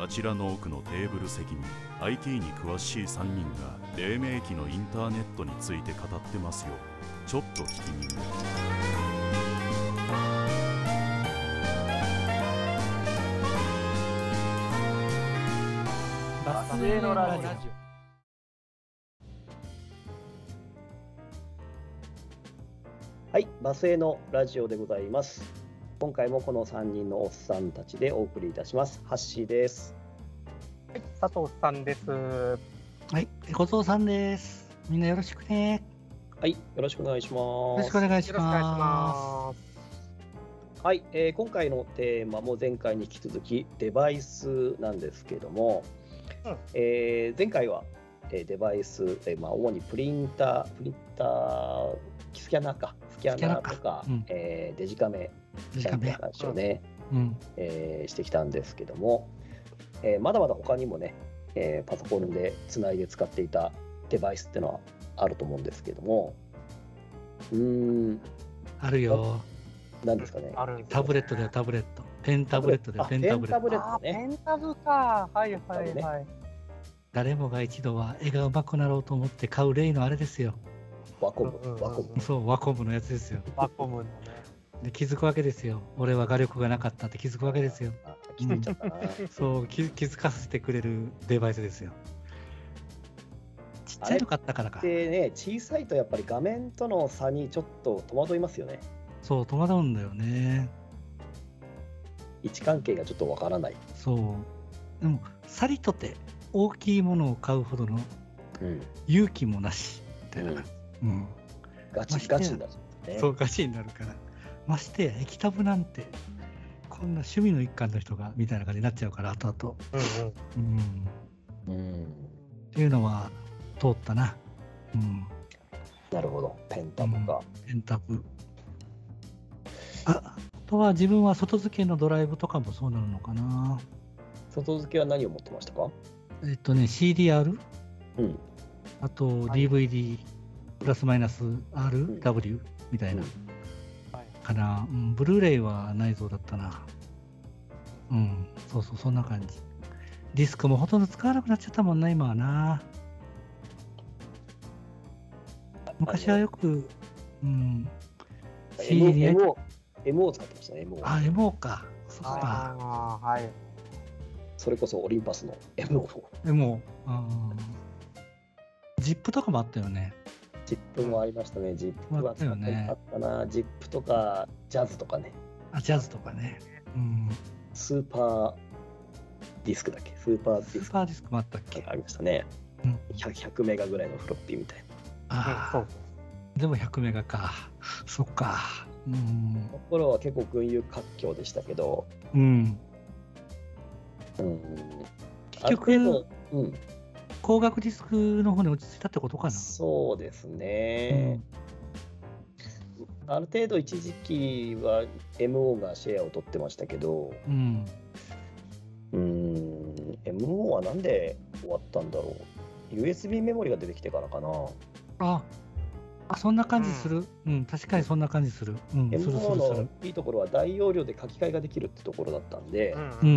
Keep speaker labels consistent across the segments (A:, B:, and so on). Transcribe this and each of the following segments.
A: あちらの奥のテーブル席に IT に詳しい3人が黎明期のインターネットについて語ってますよちょっと聞きに
B: バスへのラジオ
C: はい、バスへのラジオでございます。今回もこの3人のおっさんたちでお送りいたします。ハッシーです。
B: はい、佐藤さんです。は
D: はい、ごぞうさんです。みんなよろしくね。
C: はい、よろしくお願いし
D: よ
C: ま
D: ろしくお
C: す。
D: 願い
B: い
D: しま
C: はい、えー今回のテーマも前回に引き続きデバイスなんですけども、
B: うん
C: えー前回はえーデバイス、えーまあ、主にプリンター、プリンター、スキャナーか、スキャナー
D: スキ
C: と
D: ャナ
C: か
D: ーか、うん
C: えーデジカメ
D: す。
C: み
D: 確か
C: たいな
D: ね。
C: 話をね、
D: うん。
C: えーしてきたんですけども、えーまだまだ他にもね、えーパソコンでつないで使っていたデバイスってのはあると思うんですけどもうーん
D: あるよ。
C: 何ですかね
B: あるんですね
D: タブレットだよ、タブレット。ペンタブレットだよ、
C: あ
D: ペンタブレッ
B: あ
D: ト。
C: ペンタブレット
B: ペ
C: ね
B: ンタブか。はいはいはい。
D: 誰もが一度は絵がうまくなろうと思って買う例のあれですよ。
C: ワコ
B: うんうんう
C: ム
B: ん
C: ワコム
D: そう、ワコムのやつですよ。
B: ワコムのね。
D: で、気づくわけですよ。俺は画力がなかったって気づくわけですよ。
C: あ気づいちゃったな
D: そう、気気づかせてくれるデバイスですよ。ちっちゃいの買ったからか。
C: でね小さいとやっぱり画面との差にちょっと戸惑いますよね
D: そう、戸惑うんだよね。
C: 位置関係がちょっとわからない、
D: そう。でも、さりとて大きいものを買うほどの
C: うん
D: 勇気もなしみたいな、
C: うん
D: うん
C: ガチ
D: まして
C: ガチになっちゃったね
D: そうガチになるからましてや液タブなんてこんな趣味の一環の人がみたいな感じになっちゃうから後々、
B: うんうん。
D: うん、っ
C: うん
D: ていうのは通ったな、うん、
C: なるほどペンタブか、
D: ペンタブああとは自分は外付けのドライブとかもそうなるのかな
C: 外付けは何を持ってましたか
D: えっとね CDR
C: うん
D: あと
B: はい
D: DVD プラスマイナス RW みたいな、
C: うん
B: はい
D: かな、うん、ブルーレイは内蔵だったなうんそうそうそんな感じディスクもほとんど使わなくなっちゃったもんな今はな昔はよくうん
C: ム
D: CD
C: を MO を使ってましたね MO
D: あ MO かそっか
B: ああはい。
C: それこそオリンパスの MO
D: MO うんジップとかもあったよね
C: ジップもありましたねジップは使ったりあったなジップとかジャズとかね
D: あジャズとかねうん
C: スーパーディスクだっけスーパー
D: ス
C: ディ
D: ー
C: スク
D: パーディスクもあったっけ
C: ありましたね
D: うん
C: 100 100メガぐらいのフロッピーみたいな
B: うん
D: あ
B: そ
D: あ
B: う
D: でも100メガかそっかうん
C: この頃は結構群雄割拠でしたけど
D: うん
C: うん
D: 結局
C: ある程度うん
D: 光学ディスクの方に落ち着いたってことかな。
C: そうです
D: うん
C: ね、ある程度一時期は MO がシェアを取ってましたけど
D: うん、
C: うーん、MO はなんで終わったんだろう。USB メモリが出てきてからかな。
D: ああそんな感じする、うん確かにそんな感じする、うん、するする
C: MO
D: す
C: の
D: る
C: いいところは大容量で書き換えができるってところだったんで、
D: うん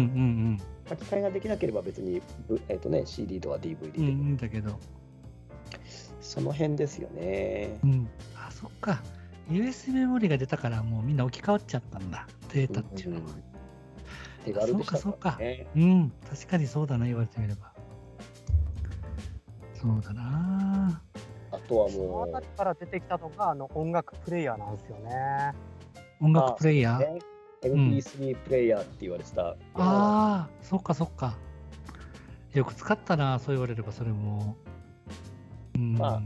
B: ん。
C: 書き換えができなければ別に、ぶえっとね、CD とか DVD
D: うんうんうんう
C: で、
D: んだけど、
C: その辺ですよね
D: う。ん、あそっか USB メモリが出たからもうみんな置き換わっちゃったんだデータっていうのは
C: うん手軽でした
D: そうかそうか
C: ね。
D: うん、確かにそうだな言われてみればそうだな
C: あとは
B: その
C: も
B: 辺りから出てきたのがあの音楽プレイヤーなんですよね。
D: 音楽プレイヤー
C: う、ね、MP3 プレイヤーって言われてた。
D: ああそっかそっかよく使ったなそう言われればそれもうん、
C: まあ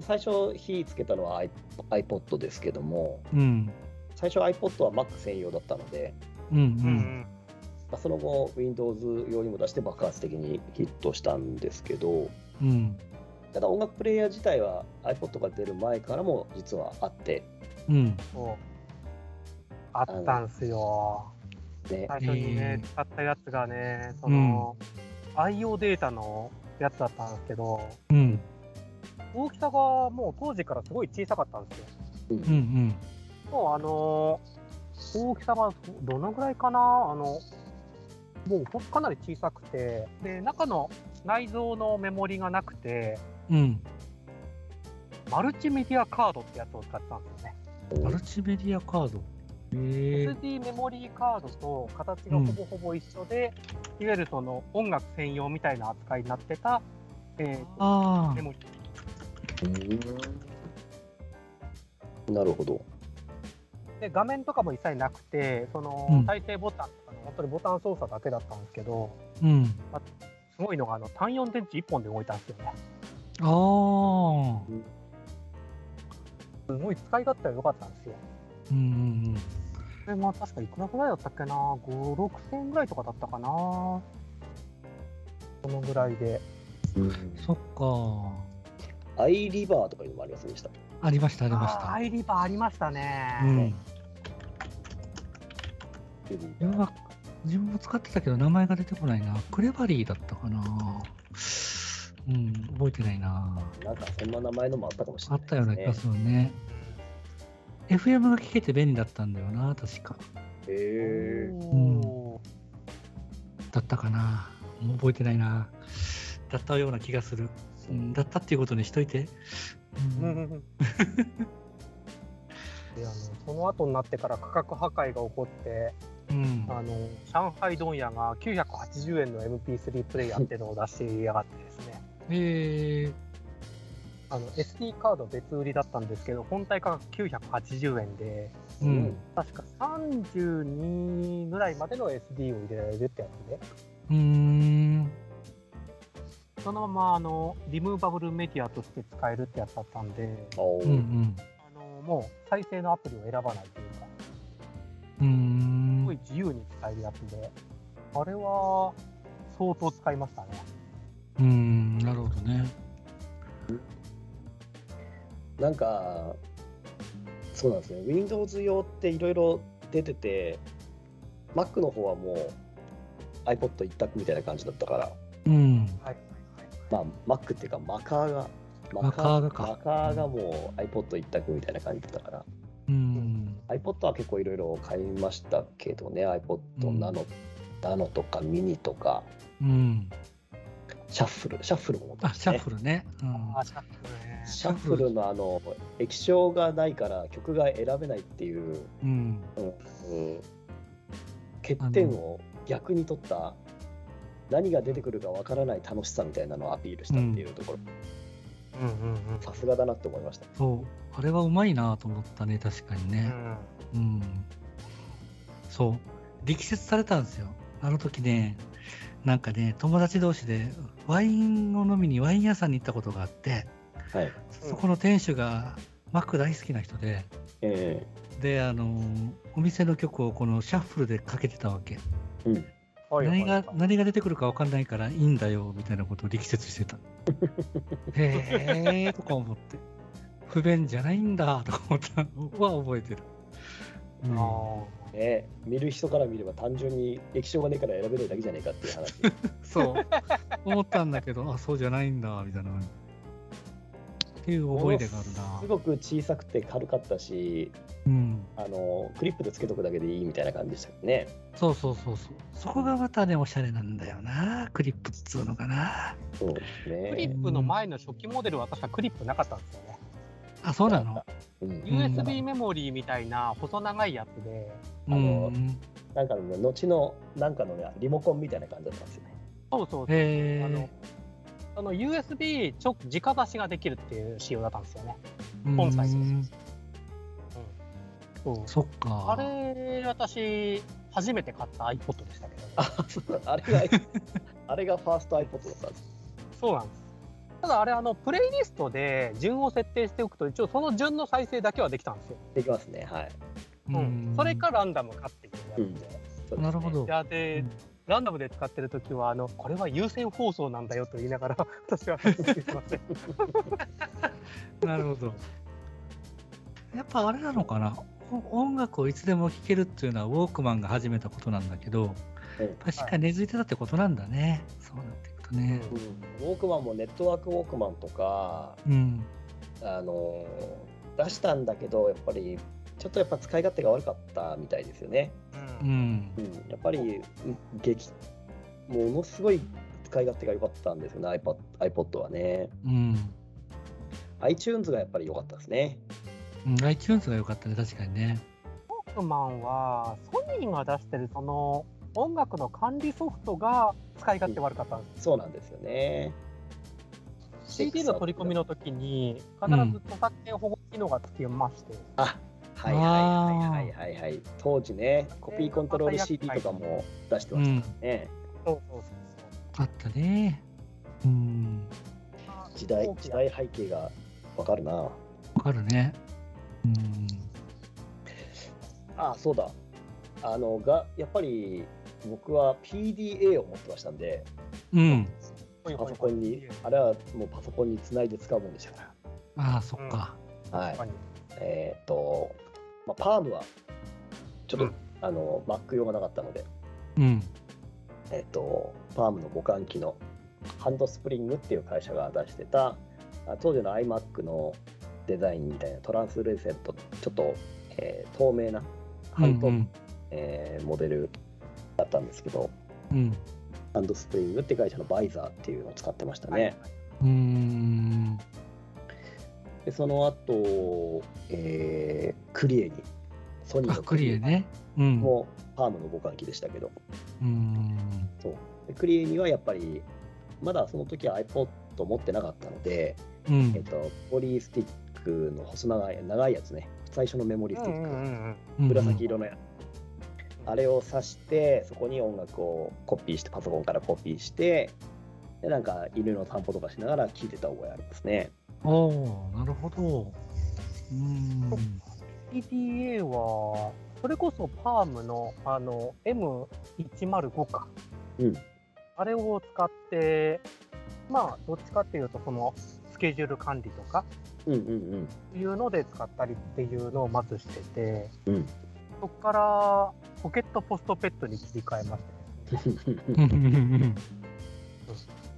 C: 最初火つけたのは iP- iPod ですけども、
D: うん
C: 最初 iPod は Mac 専用だったので、
D: うんうん。
C: まあその後 Windows 用にも出して爆発的にヒットしたんですけど
D: うん。
C: ただ音楽プレイヤー自体は iPod が出る前からも実はあって、
D: うん。
B: そう。あったんすよ。
C: ね
B: 最初にね
D: えー
B: 使ったやつがねその IO データのやつだったんですけど。
D: うん。
B: 大きさがもう当時からすごい小さかったんですよ。
C: うん
D: うん。うん。
B: もうあのー大きさはどのぐらいかなあのもうほんかなり小さくてで中の内蔵のメモリがなくて
D: うん。
B: マルチメディアカードってやつを使ってたんですよね、
D: マルチメディアカード。へえ。
B: SD メモリーカードと形がほぼほぼ一緒で、いわゆるその音楽専用みたいな扱いになってた、えー
D: あ
B: メ
D: あ。
B: モリー
C: なるほど。
B: で画面とかも一切なくてその、
D: うん
B: 再生ボタンとかの本当にボタン操作だけだったんですけど
D: うん。
B: すごいのがあの単4電池1本で動いたんですよね
D: ああ。
B: すごい使い勝手が良かったんですよ
D: うんうん
B: でまあ確かいくらぐらいだったっけな56000円ぐらいとかだったかなこのぐらいで
D: うん。そっか。
C: アイリバーとかいうのもありませんでした。
D: ありましたあ
B: あ
D: りまし
B: ア
D: た。
B: イリバーありましたね、
D: うん。
C: アイリバ
D: 自分
C: ー
D: は自分も使ってたけど名前が出てこないな。クレバリーだったかな。うん。覚えてないな。
C: なんかそんな名前のもあったかもしれ
D: あっ
C: ないです、
D: た
C: ね。
D: ような気がするね。FM が聞けて便利だったんだよな、確か。
C: へえ。
B: おー
D: だったかな。もう覚えてないな。だったような気がする。うん、だったっていうことにしといて。う
B: うん
D: ん。
B: うんであのその後になってから価格破壊が起こって
D: うん
B: あの上海問屋が980円の MP3 プレイヤーっていうのを出してやがってですね
D: え
B: あの SD カード別売りだったんですけど本体価格980円で
D: ー、うん。
B: 確か32ぐらいまでの SD を入れられるってやつで
D: うーん。
B: そのままあのリムーバブルメディアとして使えるってやつだったんで
C: あお
D: うんうん。
B: あのもう再生のアプリを選ばないというか
D: うー
B: す
D: ん
B: ごい。自由に使えるやつであれは相当使いましたね
D: うーん。なるほどね。
C: なんか、そうなんですね、Windows 用っていろいろ出てて、Mac の方はもう iPod 一択みたいな感じだったから、
D: うん。
B: はい
C: まあ、Mac っていうか、マカーが、
D: マカーがか
C: マカーがもう iPod 一択みたいな感じだったから、
D: うん。
C: iPod は結構いろいろ買いましたけどね、iPod
D: うん
C: ナノ、ナノとかミニとか、
D: うん。
C: シャッフル、シャッフルも持って
D: あ、
C: まし
D: シ
C: た
D: ャッ
C: ね。
D: フルね。うん。
B: あシャッフルね
C: シャッフルのあの液晶がないから曲が選べないっていう
D: うん。
C: うん欠点を逆に取った何が出てくるかわからない楽しさみたいなのをアピールしたっていうところ
B: うんうんうん
C: さすがだなって思いました
D: そう。あれはうまいなと思ったね、確かにね。
B: うん
D: うん、そう力説されたんですよあの時ねなんかね友達同士でワインを飲みにワイン屋さんに行ったことがあって
C: はい
D: そこの店主がマック大好きな人で
C: え
D: であのお店の曲をこのシャッフルでかけてたわけ
C: えうん
B: はいはい
D: 何
B: はい
D: が何が出てくるか分かんないからいいんだよみたいなことを力説 してたへえとか思って不便じゃないんだとか思った僕は覚えてる、うん
B: あ
C: ねえ見る人から見れば単純に液晶がねえから選べないだけじゃねえかっていう話
D: そう。思ったんだけど、あ、そうじゃないんだ、みたいな。っていう 覚え出がある
C: もの
D: な
C: す。ごく小さくて軽かったし
D: うん。
C: あのクリップでつけとくだけでいいみたいな感じでしたよね
D: そうそうそうそう。そこがまたね、おしゃれなんだよな。クリップっつうのかな。
C: そうです
B: ークリ
C: ね
B: ップの前の初期モデルは確かクリップなかったんですよね
D: あ、そうなの。
C: うん、
B: USB メモリーみたいな細長いやつで、
D: う
C: あの
D: ん。
C: なんかのね後のなんかのねリモコンみたいな感じだったんですよね
B: そうそうそう、あ
D: へ
B: のその USB 直直出しができるっていう仕様だったんですよね。
D: え。
B: 本
D: う
B: 体
D: ん
B: そう
D: そっか。
B: あれ、私、初めて買った iPod でしたけど、
C: あ そうあれがあれがファースト iPod だったんです
B: そうなんです。ただ、あれあの、プレイリストで順を設定しておくと、一応その順の再生だけはできたんですよ。
C: できますね、はい。
D: う
B: うん
D: ん、
B: それかランダムかっていうやつで。
C: そうですね
D: なるほど
B: い。やで、
D: うん
B: ランダムで使ってる時はあのこれは優先放送なんだよと言いながら 私は発信してません
D: なるほど。やっぱあれなのかな。お音楽をいつでも聴けるっていうのはウォークマンが始めたことなんだけど、
C: うん
D: やっぱしっかり根付いてたってことなんだね。そうなっていくとね。
C: うんウォークマンもネットワークウォークマンとか、
D: うん。
C: あのー出したんだけど、やっぱりちょっとやっぱ使い勝手が悪かったみたいですよね。
D: う
B: うん
D: ん
C: うん、やっぱりうん激ものすごい使い勝手が良かったんですよね iPod, iPod はね
D: うん
C: iTunes がやっぱり良かったですね
D: うん iTunes が良かったね確かにね
B: ウォークマンはソニーが出してるその音楽の管理ソフトが使い勝手悪かったんです
C: そうなんですよね
B: CD の取り込みの時に必ず著作権保護機能がつきまして、
C: あはいはいはいはいはいはい当時ねコピーコントロール CD とかも出して
D: う
C: まし
D: ん
C: たね、
B: そうそうそう
D: あったねうん
B: そう
C: 時代時代背景がわかるな
D: わかるねうん
C: あそうだあのがやっぱり僕は PDA を持ってましたんで
D: うん
B: パ
C: パソコンにあれはもうパソコンにつないで使うもんでしたか
D: ああそっか、
C: らはいえっ、と、まあ、パームはちょっと、
B: うん
C: あの Mac 用がなかったので、
D: うん
C: えっとパームの互換機のハンドスプリングっていう会社が出してたあ当時の iMac のデザインみたいなトランスルーセントちょっと、えー透明な半透、
D: うん
C: えーモデルだったんですけど
D: うん
C: ハンドスプリングって会社のバイザーっていうのを使ってましたね。
D: うんうん
C: でその後、えークリエにソニー
D: あ
C: の
D: クリエねうん
C: もパームの互換機でしたけど
D: うん
C: でクリエにはやっぱりまだその時は iPod 持ってなかったので、
D: う
C: えっ
D: ん
C: とポリスティックの細長い長いやつね最初のメモリスティック、
D: うん
C: 紫色のやつあれを挿してそこに音楽をコピーしてパソコンからコピーしてでなんか犬の散歩とかしながら聴いてた覚えありますね
D: おおなるほどうん
B: そっ PTA はそれこそパームのあの M105 か、
C: うん
B: あれを使ってまあどっちかっていうとそのスケジュール管理とか
C: うんうん
B: いうので使ったりっていうのをまずしてて、
C: うん
B: そこからポケットポストペットに切り替えましたね
C: うん
D: うん
B: い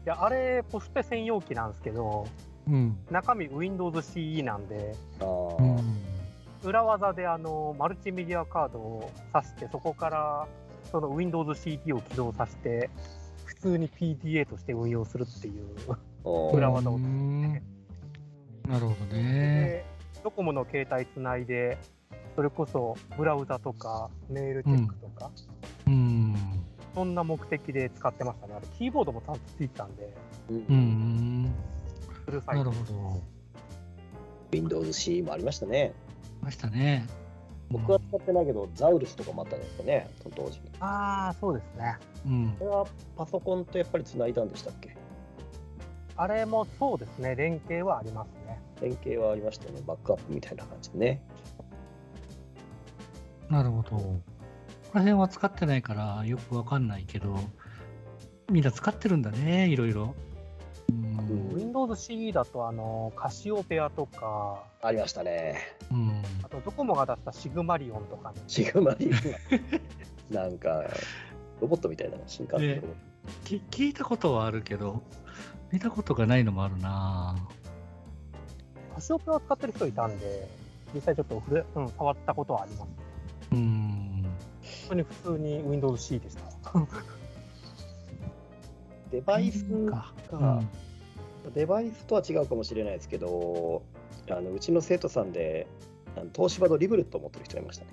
B: やあれポストペ専用機なんですけど
D: うん
B: 中身 WindowsCE なんで
C: あ
D: う
C: ー
D: ん
B: 裏技であのマルチメディアカードを挿してそこからその WindowsCD を起動させて普通に PDA として運用するっていう、
C: おー
B: 裏技を
D: うんなるほどね
B: でドコモの携帯つないでそれこそブラウザとかメールチェックとか、
D: うん
B: そんな目的で使ってましたねあれキーボードもちゃんとついてたんで
C: うん
D: うんうん
B: フルサイ
D: な
B: ズ
D: るほど
C: WindowsC もありましたね
D: ましたね
C: 僕は使ってないけど、ザウルスとかもあったんですかねその当時
B: ああそうですね
D: うん
C: これはパソコンとやっぱりつないだんでしたっけ
B: あれもそうですね連携はありますね
C: 連携はありましたよね、バックアップみたいな感じでね。
D: なるほど。この辺は使ってないからよくわかんないけど、みんな使ってるんだね、いろいろ。うん。
B: WindowsCE だとあのカシオペアとか
C: ありました ね。
D: うん、
B: あとドコモが出したシグマリオンとかね。
C: シグマリオンなんか、ロボットみたいな新幹線のロボット
D: き聞いたことはあるけど、見たことがないのもあるな
B: カシオペア使ってる人いたんで、実際ちょっと触れ、うん、触ったことはあります。
D: うん。
B: 本当に普通に WindowsC でした。
C: デバイス
D: か。
C: か、デバイスとは違うかもしれないですけど、あのうちの生徒さんで、あの東芝のリブレットを持ってる人がいましたね。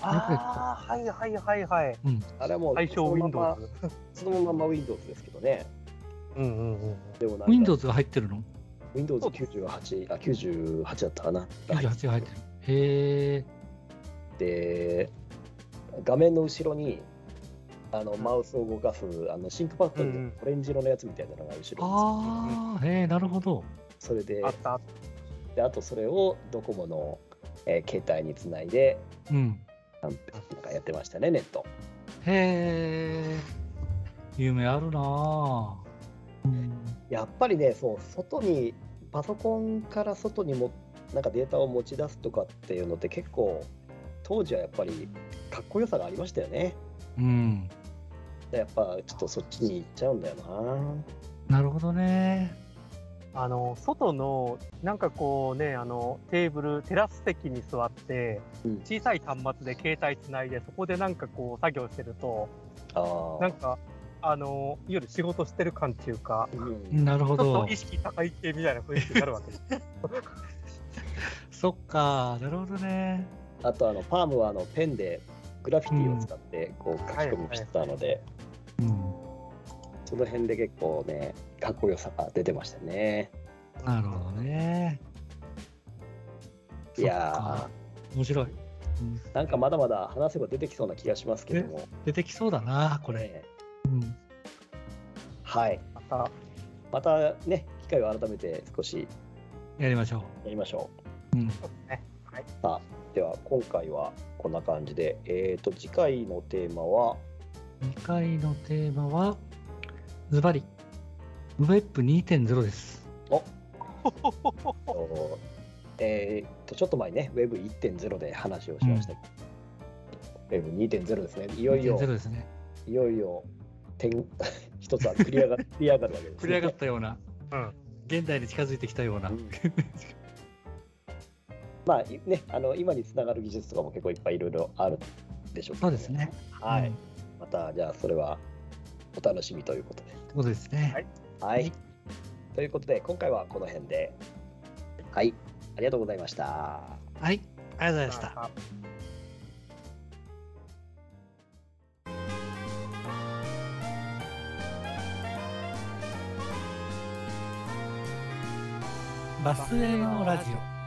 B: ああ、はいはいはいはい。
C: あれはもう
B: 対象
C: そのまま
B: Windows。
C: そのまま Windows ですけどね。
B: うんうんうん。
C: でもなんか
D: Windows が入ってるの
C: Windows98 あ98だったかな。
D: ?98 が入ってる。へえ。
C: で画面の後ろにあのマウスを動かすあのシンクパッド
B: うんう
C: の
B: ん
C: オレンジ色のやつみたいなのが後ろについて
D: ああ、へえ、なるほど。
C: それで
B: あったあっ
C: であとそれをドコモの、えー携帯につないで
D: うん。
C: なんかやってましたねネット
D: へえ。夢あるなうん。
C: やっぱりねそう外にパソコンから外にもなんかデータを持ち出すとかっていうのって結構当時はやっぱりかっこよさがありましたよね
D: うん
C: でやっぱちょっとそっちに行っちゃうんだよな
D: なるほどね。
B: あの外のなんかこうねあのテーブルテラス席に座って
C: うん
B: 小さい端末で携帯つないでそこでなんかこう作業してると
C: あー
B: なんかあのいわゆる仕事してる感っていうか
C: う
D: うん
C: ん
D: なる
B: ちょ
D: ほ
B: っと
D: ど
B: 意。識高い系みたいな雰囲気になるわけです
D: そっか、なるほどね。
C: あとあのパームはあのペンでグラフィティを使ってこう書き込みをしてたので、
D: うん。
C: その辺で結構ねかっこよさが出てましたね
D: なるほどね。
C: いや
D: 面白い。うん
C: ーなんかまだまだ話せば出てきそうな気がしますけども
D: 出てきそうだな、これ。
C: ね
D: うん。
C: はい
B: また
C: またね機会を改めて少し
D: やりましょ
C: やりましょ
D: う。うん。
C: うさあでは今回はこんな感じでえー、と次回のテーマは
D: 2回のテーマは、ズバリ、ウェブ2.0です。
C: お えー、とちょっと前ね Web1.0 で話をしましたけど、Web2.0 ですねいよいよ
D: 2.0ですね。
C: いよいよ点 一つはクリアが クリアがるわけです、
D: 繰
C: ね、
D: り上がったような、
B: うん
D: 現代に近づいてきたような。
C: まあいね、あの今につながる技術とかも結構いっぱいいろいろあるでしょうけ
D: そ
C: ど
D: うです。ね。
C: はい、
D: うん
C: またじゃあそれはお楽しみということで。
D: ってことですね。
B: はい
C: はい、
D: はい
C: ということで今回はこの辺で。はい、ありがとうございました。
D: はい。ありがとうございました。バスへのラジオ。